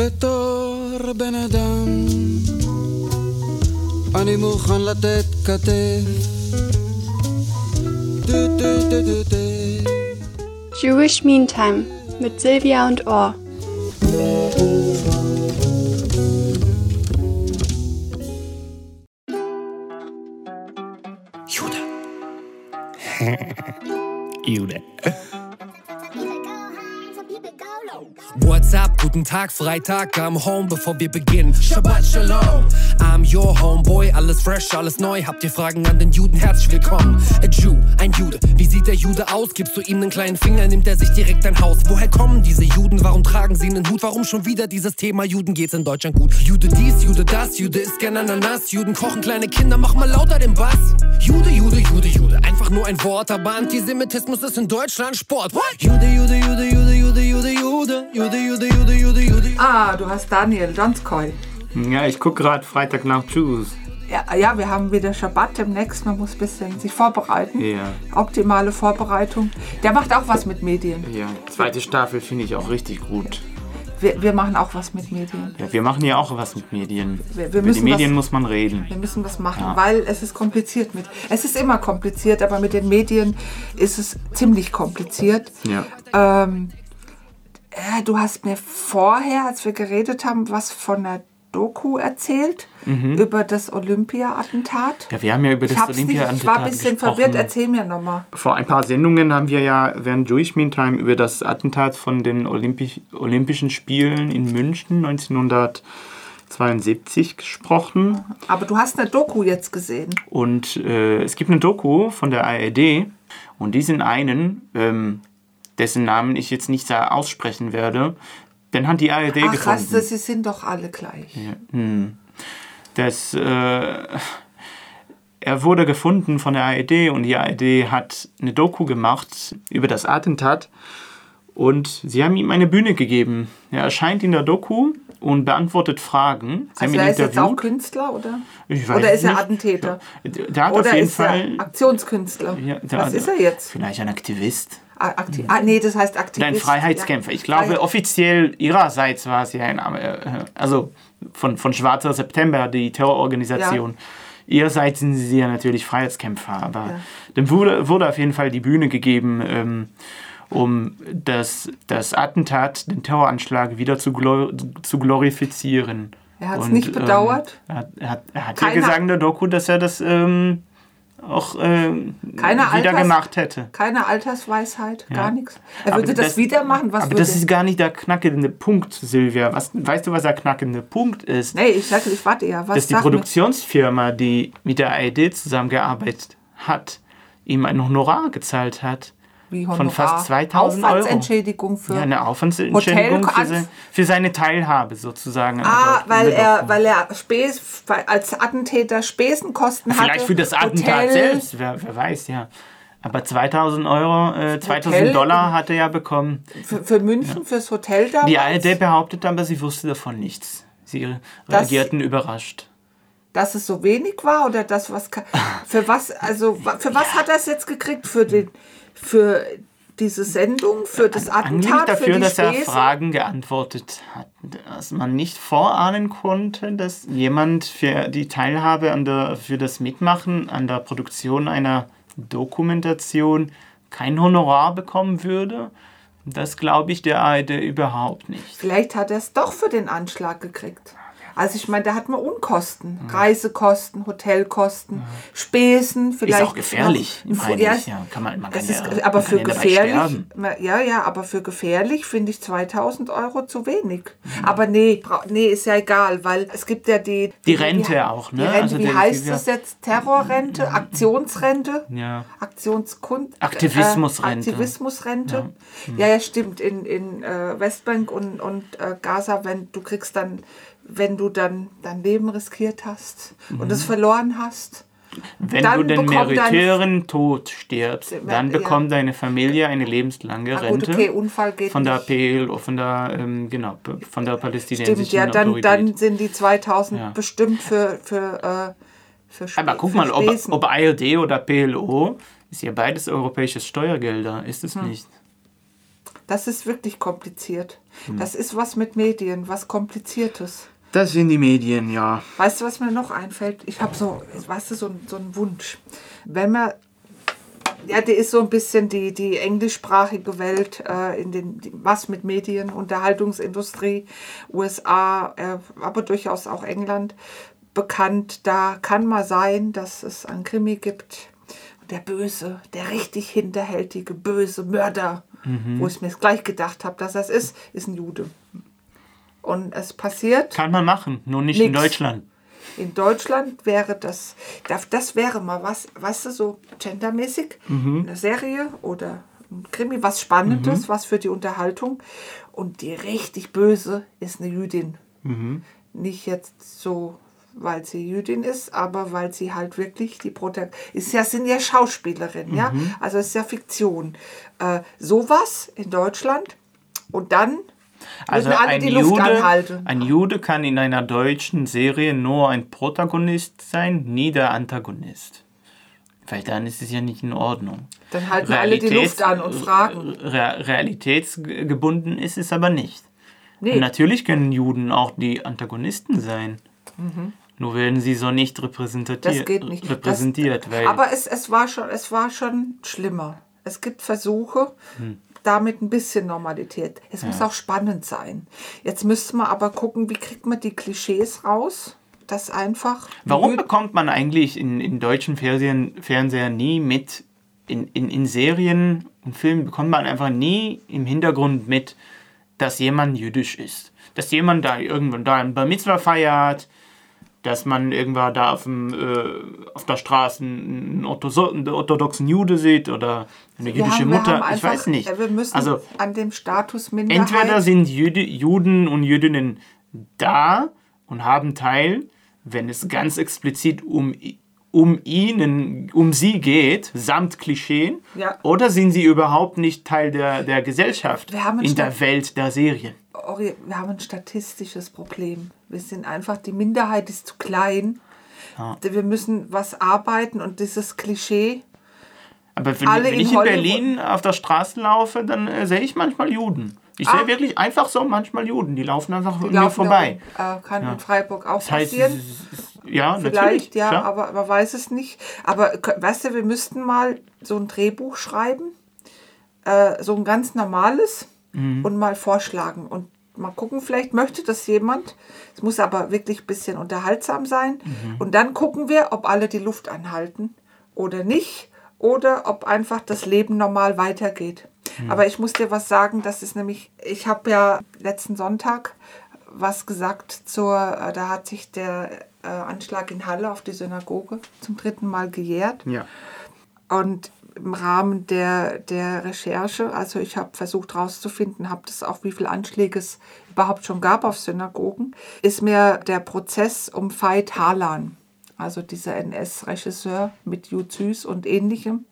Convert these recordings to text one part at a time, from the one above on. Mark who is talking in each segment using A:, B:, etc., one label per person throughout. A: בתור בן אדם אני מוכן לתת כתף דו דו דו דו דו
B: Jewish Meantime mit Silvia und Orr.
C: Jude. Jude.
D: What's up? Guten Tag, Freitag, I'm home, bevor wir beginnen. Shabbat Shalom, I'm your homeboy, alles fresh, alles neu. Habt ihr Fragen an den Juden? Herzlich willkommen. A Jew, ein Jude, wie sieht der Jude aus? Gibst du ihm einen kleinen Finger, nimmt er sich direkt ein Haus. Woher kommen diese Juden? Warum tragen sie einen Hut? Warum schon wieder dieses Thema? Juden geht's in Deutschland gut. Jude dies, Jude das, Jude ist gern Ananas. Juden kochen kleine Kinder, mach mal lauter den Bass. Jude, Jude, Jude, Jude, einfach nur ein Wort, aber Antisemitismus ist in Deutschland Sport. What? Jude, Jude, Jude, Jude, Jude, Jude, Jude, Jude, Jude, Jude, Jude, Jude.
E: Ah, du hast Daniel Donskoy.
C: Ja, ich gucke gerade Freitag nach Jews.
E: Ja, ja, wir haben wieder Schabbat demnächst. Man muss ein bisschen sich vorbereiten.
C: Ja.
E: Optimale Vorbereitung. Der macht auch was mit Medien.
C: Ja, zweite Staffel finde ich auch richtig gut.
E: Wir, wir machen auch was mit Medien.
C: Ja, wir machen ja auch was mit Medien.
E: Wir-
C: Über
E: wir
C: die
E: müssen was-
C: Medien muss man reden.
E: Wir müssen was machen, weil es ist kompliziert mit. Es ist immer kompliziert, aber mit den Medien ist es ziemlich kompliziert.
C: Ja.
E: Ähm, äh, du hast mir vorher, als wir geredet haben, was von der Doku erzählt über das Olympia-Attentat.
C: Mhm. Ja, wir haben ja über
E: Ich,
C: das
E: hab's nicht,
C: Olympia-Attentat
E: ich war ein bisschen
C: gesprochen.
E: verwirrt. Erzähl mir nochmal.
C: Vor ein paar Sendungen haben wir ja während Jewish Meantime über das Attentat von den Olympi Olympischen Spielen in München 1972 gesprochen.
E: Aber du hast eine Doku jetzt gesehen.
C: Und äh, es gibt eine Doku von der ARD und diesen einen, ähm, dessen Namen ich jetzt nicht sa- aussprechen werde, den hat die ARD
E: Ach,
C: gefunden.
E: hast du, sie sind doch alle gleich.
C: Das, äh, er wurde gefunden von der ARD und die ARD hat eine Doku gemacht über das Attentat und sie haben ihm eine Bühne gegeben. Er erscheint in der Doku und beantwortet Fragen. Sie
E: Also
C: haben ihn
E: er ist jetzt auch
C: interviewt.
E: Künstler, oder?
C: Ich weiß
E: Oder ist er
C: nicht.
E: Attentäter?
C: Der hat
E: Oder
C: auf jeden
E: ist
C: Fall.
E: er Aktionskünstler?
C: Ja, der-
E: Was ist er jetzt?
C: Vielleicht ein Aktivist.
E: Ah, Akti ah, nee, das heißt Aktivist.
C: Oder ein Freiheitskämpfer.
E: Ja.
C: Ich glaube,
E: Freiheit-
C: offiziell ihrerseits war es ja ein, äh, also von, von Schwarzer September, die Terrororganisation. Ihrerseits sind sie ja natürlich Freiheitskämpfer, aber dem wurde, wurde auf jeden Fall die Bühne gegeben, ähm, um das, das Attentat, den Terroranschlag wieder zu, glor zu glorifizieren.
E: Er hat's
C: Und,
E: nicht bedauert?
C: Ähm, er hat, er hat, er hat ja
E: Keiner-
C: gesagt in der Doku, dass er das ähm, auch ähm,
E: Keine
C: wieder
E: Alters-
C: gemacht hätte.
E: Keine Altersweisheit, gar nichts. Er
C: Aber
E: würde das, wieder machen, was
C: aber
E: würde...
C: das ist gar nicht der knackende Punkt, Silvia. Was, weißt du, was der knackende Punkt ist?
E: nee, ich sag, ich warte ja. Was
C: Dass die
E: sag mir-
C: Produktionsfirma, die mit der ARD zusammengearbeitet hat, ihm ein Honorar gezahlt hat.
E: Wie
C: Von
E: Honorar?
C: fast 2000 Euro.
E: Aufwandsentschädigung für...
C: Ja, eine Aufwandsentschädigung für,
E: Hotel-
C: se- für seine Teilhabe sozusagen. Also, ne, an
E: Ah,
C: der-
E: weil
C: in der
E: er,
C: Doku.
E: weil er Späß, weil als Attentäter Spesenkosten hatte.
C: Vielleicht für das Attentat
E: Hotel-
C: selbst, wer, wer weiß, ja. Aber 2000 Euro, äh, 2000
E: Hotel-
C: Dollar hat er ja bekommen.
E: Für, für München, fürs Hotel
C: Die
E: damals,
C: ARD behauptet aber, sie wusste davon nichts. Sie
E: Das-
C: reagierten überrascht.
E: dass es so wenig war oder das, was ka- für was, also wa- für was hat er es jetzt gekriegt? Für den, für diese Sendung, für das
C: Angeblich
E: Attentat, für
C: dafür,
E: die
C: dass er
E: Spesen?
C: Fragen geantwortet hat, dass man nicht vorahnen konnte, dass jemand für die Teilhabe an der, für das Mitmachen an der Produktion einer Dokumentation kein Honorar bekommen würde. Das glaube ich der ARD überhaupt nicht.
E: Vielleicht hat er es doch für den Anschlag gekriegt. Also ich meine, da hat man Unkosten,
C: Mhm.
E: Reisekosten, Hotelkosten, Spesen, vielleicht
C: auch gefährlich,
E: noch-
C: meine
E: ja,
C: ich, ja. Kann man- man
E: es
C: kann
E: ist,
C: ja-
E: aber
C: man
E: für
C: kann ja dabei
E: gefährlich,
C: sterben.
E: ja, ja, aber für gefährlich finde ich 2000 Euro zu wenig.
C: Mhm.
E: Aber nee, bra- nee, ist ja egal, weil es gibt ja die
C: Die Rente
E: wie,
C: auch, ne?
E: Die Rente,
C: Also
E: wie
C: die-
E: heißt
C: die-
E: das jetzt? Terrorrente, Aktionsrente?
C: Ja.
E: Aktionskund
C: Aktivismusrente.
E: Äh, Aktivismusrente. Ja. ja, stimmt. In, in äh, Westbank und, und äh, Gaza, wenn du kriegst dann, wenn du dann dein Leben riskiert hast
C: Mhm.
E: und es verloren hast.
C: Wenn
E: Dann
C: du den
E: bekommt dein-
C: meritären Tod stirbst, dann
E: Ja.
C: bekommt deine Familie eine lebenslange
E: Ah,
C: Rente
E: gut, okay, Unfall geht
C: von der
E: nicht.
C: PL, von der ähm, genau von der palästinensischen
E: Stimmt, ja, dann,
C: Autorität.
E: dann sind die 2000
C: Ja.
E: bestimmt für, für, äh, für Sp-
C: Aber guck
E: für
C: mal, ob,
E: Spesen.
C: ob ARD oder PLO, ist ja beides europäisches Steuergelder, ist es nicht?
E: Das ist wirklich kompliziert.
C: Mhm.
E: Das ist was mit Medien, was Kompliziertes.
C: Das sind die Medien, ja.
E: Weißt du, was mir noch einfällt? Ich habe so, weißt du, so, einen- so einen Wunsch. Wenn man, ja, die ist so ein bisschen die, die englischsprachige Welt, äh, in den, die, was mit Medien, Unterhaltungsindustrie, USA, äh, aber durchaus auch England bekannt. Da kann mal sein, dass es einen Krimi gibt. Der böse, der richtig hinterhältige, böse Mörder, wo ich mir gleich gedacht habe, dass das ist, ist ein Jude. Und es passiert.
C: Kann man machen, nur nicht in
E: Nix.
C: Deutschland.
E: In Deutschland wäre das, das- das wäre mal was, weißt du, so gendermäßig, eine Serie oder ein Krimi, was Spannendes, was für die Unterhaltung. Und die richtig böse ist eine Jüdin. Nicht jetzt so, weil sie Jüdin ist, aber weil sie halt wirklich die Protagonistin ist. Ja, sind ja Schauspielerinnen, ja. Also ist ja Fiktion. Äh, sowas in Deutschland und dann
C: Also
E: würden alle
C: ein
E: die Luft
C: Jude,
E: anhalten.
C: ein Jude kann in einer deutschen Serie nur ein Protagonist sein, nie der Antagonist. Weil dann ist es ja nicht in Ordnung.
E: Dann halten alle die
C: Realitäts-
E: Luft an und fragen.
C: Re realitätsgebunden ist es aber nicht.
E: Nee.
C: Natürlich können Juden auch die Antagonisten sein. Nur werden sie so nicht repräsentiert.
E: Mhm. Das geht nicht.
C: Repräsentiert,
E: das,
C: weil
E: aber es, es, war schon, es war schon schlimmer. Es gibt Versuche,
C: Hm.
E: damit ein bisschen Normalität. Es muss auch spannend sein. Jetzt müsste man aber gucken, wie kriegt man die Klischees raus? Das einfach.
C: Warum
E: Jü-
C: bekommt man eigentlich in, in deutschen Fernsehen, Fernseher nie mit, in, in, in Serien und Filmen bekommt man einfach nie im Hintergrund mit, dass jemand jüdisch ist? Dass jemand da irgendwann da ein Bar Mitzvah feiert, dass man irgendwann da auf, dem, äh, auf der Straße einen, ortho- einen orthodoxen Jude sieht oder eine
E: Wir
C: jüdische
E: haben- wir
C: Mutter.
E: haben
C: ich
E: einfach-
C: weiß nicht.
E: Wir müssen
C: also
E: an dem Status Minderheit.
C: Entweder sind Jüde, Juden und Jüdinnen da und haben teil, wenn es ganz explizit um, i- um ihnen, um sie geht, samt Klischeen,
E: Ja.
C: oder sind sie überhaupt nicht Teil der, der Gesellschaft
E: Wir haben
C: in
E: schon-
C: der Welt der Serien.
E: Ori, wir haben ein statistisches Problem. Wir sind einfach, die Minderheit ist zu klein. Wir müssen was arbeiten und dieses Klischee,
C: Aber wenn,
E: Alle
C: wenn
E: in
C: ich in
E: Hollywood-
C: Berlin auf der Straße laufe, dann äh, sehe ich manchmal Juden. Ich sehe
E: Ah.
C: wirklich einfach so manchmal Juden, die laufen einfach an mir
E: laufen
C: vorbei.
E: darum, Äh, kann in Freiburg auch
C: Das heißt,
E: passieren.
C: ja, natürlich.
E: Vielleicht, ja,
C: klar.
E: aber man weiß es nicht. Aber kö- weißt du, wir müssten mal so ein Drehbuch schreiben, äh, so ein ganz normales und mal vorschlagen und mal gucken, vielleicht möchte das jemand. Es muss aber wirklich ein bisschen unterhaltsam sein. Und dann gucken wir, ob alle die Luft anhalten oder nicht oder ob einfach das Leben normal weitergeht. Aber ich muss dir was sagen, das ist nämlich, ich habe ja letzten Sonntag was gesagt zur, äh, da hat sich der äh, Anschlag in Halle auf die Synagoge zum dritten Mal gejährt.
C: ja.
E: Und im Rahmen der, der Recherche, also ich habe versucht herauszufinden, habe das auch, wie viele Anschläge es überhaupt schon gab auf Synagogen, ist mir der Prozess um Veit Harlan, also dieser NS-Regisseur mit Juzis und ähnlichem,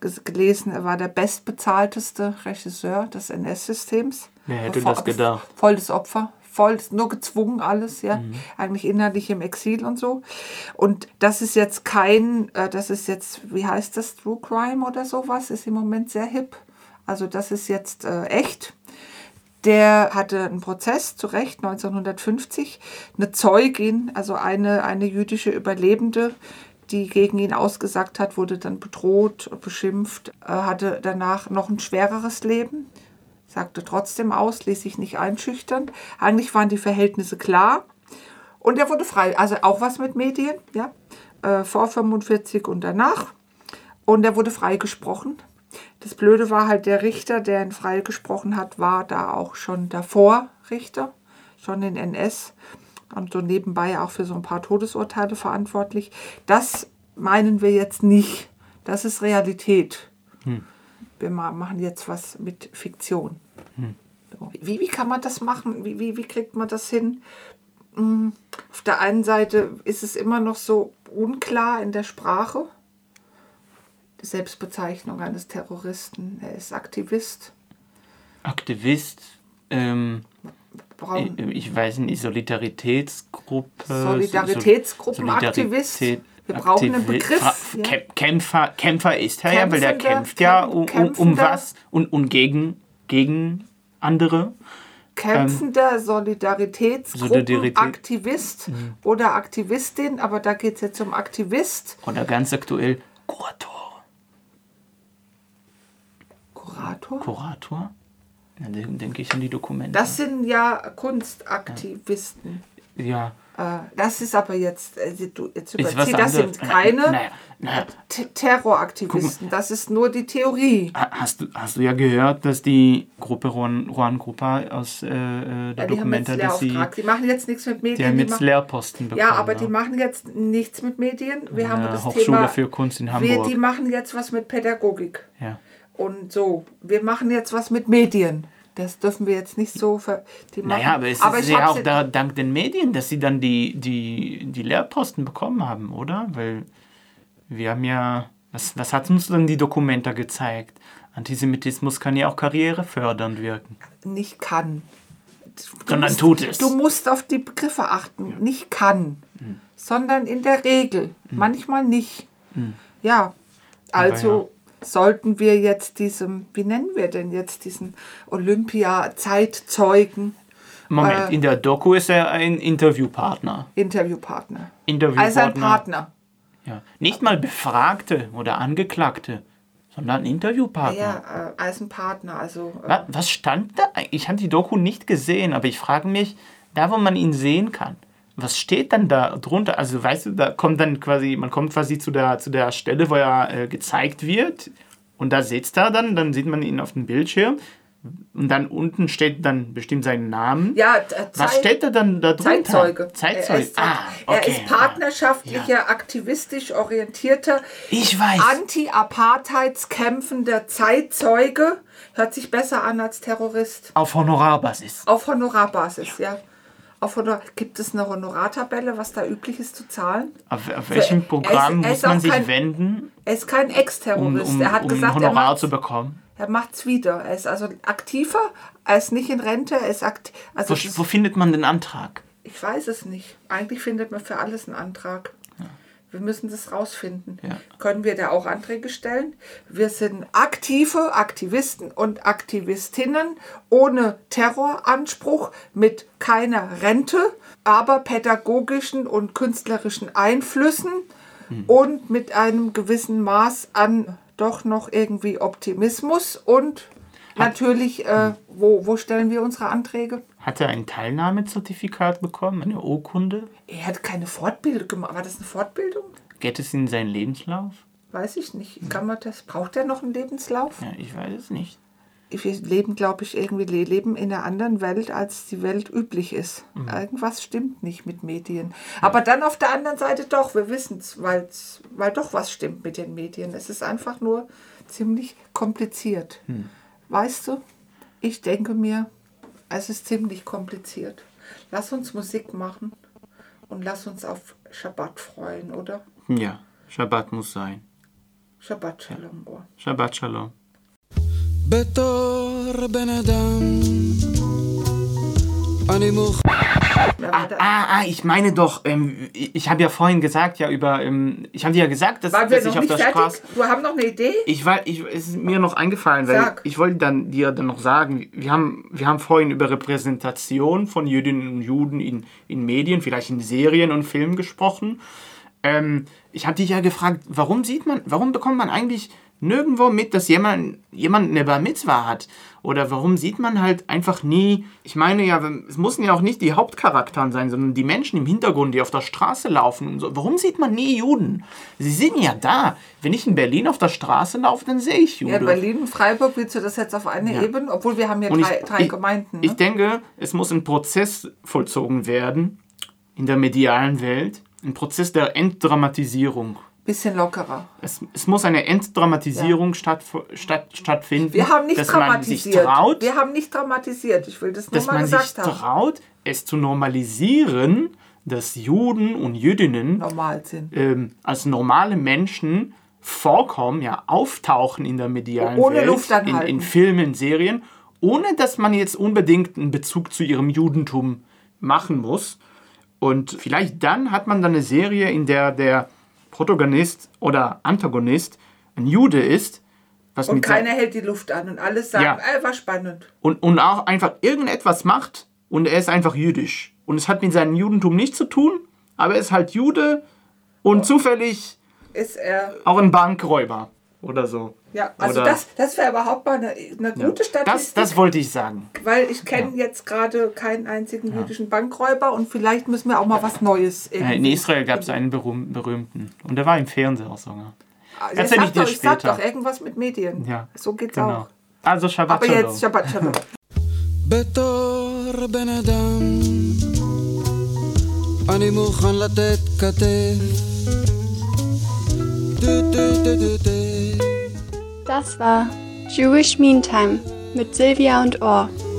E: ges- gelesen, er war der bestbezahlteste Regisseur des NS-Systems.
C: Wer hätte
E: Voll-
C: das gedacht? Mhm.
E: Volles Opfer, voll, nur gezwungen alles, ja. Eigentlich innerlich im Exil und so. Und das ist jetzt kein, äh, das ist jetzt, wie heißt das, True Crime oder sowas, ist im Moment sehr hip. Also das ist jetzt äh, echt. Der hatte einen Prozess, zu Recht, 1950. Eine Zeugin, also eine, eine jüdische Überlebende, die gegen ihn ausgesagt hat, wurde dann bedroht und beschimpft, äh, hatte danach noch ein schwereres Leben, sagte trotzdem aus, ließ sich nicht einschüchtern. Eigentlich waren die Verhältnisse klar. Und er wurde frei, also auch was mit Medien, ja, äh, vor 45 und danach. Und er wurde freigesprochen. Das Blöde war halt, der Richter, der ihn freigesprochen hat, war da auch schon davor Richter, schon in NS und so nebenbei auch für so ein paar Todesurteile verantwortlich. Das meinen wir jetzt nicht. Das ist Realität. Wir ma- machen jetzt was mit Fiktion. So. Wie, wie kann man das machen? Wie, wie, wie kriegt man das hin? Mm, Auf der einen Seite ist es immer noch so unklar in der Sprache. Die Selbstbezeichnung eines Terroristen, er ist Aktivist.
C: Aktivist, ähm,
E: Brauchen
C: ich, ich weiß nicht, Solidaritätsgruppe.
E: Solidaritätsgruppen, Aktivist. Wir brauchen einen Begriff,
C: Fra-
E: ja.
C: Kämp- Kämpfer, Kämpfer ist er ja, weil der
E: Kämpfender,
C: kämpft ja
E: Kämp-
C: um, um, um
E: Kämpfender.
C: was und, und gegen gegen andere.
E: Kämpfender Solidaritätsgruppen,
C: ähm, Solidarität. Mhm.
E: Aktivist oder Aktivistin, aber da geht es jetzt um Aktivist,
C: Oder ganz aktuell Kurator.
E: Kurator.
C: Kurator? Ja, Dann denke ich an die Dokumente.
E: Das sind ja Kunstaktivisten.
C: ja.
E: Äh, Das ist aber jetzt, also du, jetzt
C: Ist was
E: überzieh, das
C: anderes.
E: sind keine
C: Naja, naja.
E: T- Terroraktivisten, das ist nur die Theorie.
C: Ha- Hast du, hast du ja gehört, dass die Gruppe Juan, Juan Grupa aus äh, äh, der
E: Ja, die haben jetzt
C: Dokumenta, dass sie
E: Lehrauftrag. Die machen jetzt nichts mit
C: die
E: Medien.
C: haben
E: die
C: jetzt
E: machen-
C: Lehrposten bekommen. ne?
E: ja, aber die machen jetzt nichts mit Medien. Wir haben
C: Äh,
E: das
C: Hochschule
E: Thema,
C: für Kunst in
E: Wir,
C: Hamburg.
E: die machen jetzt was mit Pädagogik.
C: ja.
E: Und so, wir machen jetzt was mit Medien. Das dürfen wir jetzt nicht so ver. Die machen-
C: Naja, aber es ist
E: ich
C: ja
E: hab's
C: auch
E: jetzt-
C: da, dank den Medien, dass sie dann die, die, die Lehrposten bekommen haben, oder? Weil wir haben ja, was, was hat uns denn die Dokumenta gezeigt? Antisemitismus kann ja auch karrierefördernd wirken.
E: nicht kann. Du
C: Sondern
E: musst,
C: tut es.
E: Du musst auf die Begriffe achten. Nicht kann,
C: Hm.
E: sondern in der Regel. Manchmal nicht.
C: Hm.
E: Ja, also sollten wir jetzt diesem, wie nennen wir denn jetzt diesen Olympia-Zeitzeugen äh,
C: Moment, in der Doku ist er ein Interviewpartner.
E: Interviewpartner?
C: Interviewpartner.
E: Also ein Partner.
C: Ja. Nicht mal Befragte oder Angeklagte, sondern Interviewpartner.
E: Ja, äh, als ein Partner. Also äh,
C: Wa- Was stand da? eigentlich? Ich habe die Doku nicht gesehen, aber ich frage mich, da wo man ihn sehen kann, was steht dann da drunter? Also weißt du, da kommt dann quasi, man kommt quasi zu der, zu der Stelle, wo er äh, gezeigt wird und da sitzt er dann, dann sieht man ihn auf dem Bildschirm und dann unten steht dann bestimmt sein Name.
E: ja, äh,
C: was
E: Zeit-
C: steht da dann da drunter?
E: Zeitzeuge. Er
C: Zeitzeuge.
E: ist,
C: Ah, okay.
E: er ist partnerschaftlicher, aktivistisch orientierter,
C: Ich weiß.
E: anti-apartheidskämpfender Zeitzeuge. Hört sich besser an als Terrorist.
C: Auf Honorarbasis.
E: Auf Honorarbasis, ja. Auf Honor Gibt es eine Honorartabelle, was da üblich ist zu zahlen?
C: Auf, auf welchem
E: Er ist-
C: Programm
E: er
C: muss
E: ist auch
C: man sich
E: kein-
C: wenden,
E: Er ist kein
C: um,
E: Ex-Terrorist.
C: um,
E: er hat
C: um
E: gesagt,
C: ein Honorar
E: er macht
C: zu bekommen?
E: er macht's wieder. Er ist also aktiver, er ist nicht in Rente, er ist aktiv. Also
C: Wo,
E: das-
C: wo findet man den Antrag?
E: Ich weiß es nicht. Eigentlich findet man für alles einen Antrag. Wir müssen das rausfinden.
C: Ja.
E: Können wir da auch Anträge stellen? Wir sind aktive Aktivisten und Aktivistinnen ohne Terroranspruch, mit keiner Rente, aber pädagogischen und künstlerischen Einflüssen und mit einem gewissen Maß an doch noch irgendwie Optimismus und natürlich, äh, wo, wo stellen wir unsere Anträge?
C: Hat er ein Teilnahmezertifikat bekommen, eine Urkunde?
E: Er hat keine Fortbildung gemacht. War das eine Fortbildung?
C: Geht es in seinen Lebenslauf?
E: Weiß ich nicht. Kann man das? Braucht er noch einen Lebenslauf?
C: Ja, ich weiß es nicht.
E: Wir leben, glaube ich, irgendwie wir leben in einer anderen Welt, als die Welt üblich ist. Irgendwas stimmt nicht mit Medien. Aber dann auf der anderen Seite doch, wir wissen es, weil doch was stimmt mit den Medien. Es ist einfach nur ziemlich kompliziert. Weißt du, ich denke mir, es ist ziemlich kompliziert. Lass uns Musik machen und lass uns auf Schabbat freuen, oder?
C: Ja, Shabbat muss sein.
E: Shabbat Shalom. Oh.
C: Shabbat Shalom.
A: בתור בן אדם אני מוכן
E: Wer war da?
C: Ah, ah, ich meine doch, ähm, ich, ich habe ja vorhin gesagt, ja, über, ähm, ich habe dir ja gesagt, dass,
E: Waren wir
C: dass
E: noch
C: ich auf
E: nicht
C: der
E: fertig?
C: Straße.
E: Wir haben noch eine Idee?
C: Ich war, ich, es ist mir noch eingefallen, weil
E: Sag.
C: ich wollte dann dir dann noch sagen, wir haben, wir haben vorhin über Repräsentation von Jüdinnen und Juden in, in Medien, vielleicht in Serien und Filmen gesprochen. Ähm, ich hatte dich ja gefragt, warum sieht man, warum bekommt man eigentlich nirgendwo mit, dass jemand, jemand eine Bar Mitzwa hat? Oder warum sieht man halt einfach nie, ich meine ja, wenn- es müssen ja auch nicht die Hauptcharakteren sein, sondern die Menschen im Hintergrund, die auf der Straße laufen und so. Warum sieht man nie Juden? Sie sind ja da. Wenn ich in Berlin auf der Straße laufe, dann sehe ich Jude.
E: Ja, Berlin und Freiburg willst du das jetzt auf eine
C: Ja.
E: Ebene, obwohl wir haben ja
C: Und
E: drei, drei Gemeinden. Ne?
C: Ich denke, es muss ein Prozess vollzogen werden in der medialen Welt. Ein Prozess der Entdramatisierung.
E: Bisschen lockerer.
C: Es, es muss eine Entdramatisierung statt, statt, stattfinden.
E: Wir haben nicht
C: dass man sich
E: dramatisiert.
C: traut,
E: wir haben nicht dramatisiert. Ich will das nur
C: dass
E: mal
C: man sich
E: gesagt haben.
C: traut, es zu normalisieren, dass Juden und Jüdinnen
E: Normal sind.
C: ähm, als normale Menschen vorkommen, ja, auftauchen in der medialen
E: Ohne
C: Welt,
E: Luft
C: in,
E: anhalten.
C: in Filmen, Serien, ohne dass man jetzt unbedingt einen Bezug zu ihrem Judentum machen muss. Und vielleicht dann hat man dann eine Serie, in der der Protagonist oder Antagonist ein Jude ist, was
E: Und
C: mit sein-
E: keiner hält die Luft an und alle sagen,
C: Ja.
E: "Ey, war spannend.
C: und, und auch einfach irgendetwas macht und er ist einfach jüdisch. Und es hat mit seinem Judentum nichts zu tun, aber er ist halt Jude und zufällig
E: Ist er.
C: auch ein Bankräuber oder so.
E: Ja, also
C: Oder-
E: das, das wäre überhaupt mal eine, eine gute
C: Das,
E: Statistik.
C: das wollte ich sagen.
E: weil ich kenne jetzt gerade keinen einzigen jüdischen Bankräuber und vielleicht müssen wir auch mal was Neues.
C: Äh,
E: irgendwie-
C: In Israel gab es einen berühm- berühmten und der war im Fernsehen auch sogar.
E: Also
C: erzähl
E: sag
C: ich dir
E: doch, Ich sag
C: später.
E: doch irgendwas mit Medien.
C: Ja,
E: So geht's auch.
C: Also Shabbat
E: Aber
C: Shalom.
E: jetzt Shabbat Shalom.
A: בתור בן אדם אני מוכן לתת כתף דו דו דו דו דו
B: Das war Jewish Meantime mit Silvia und Orr.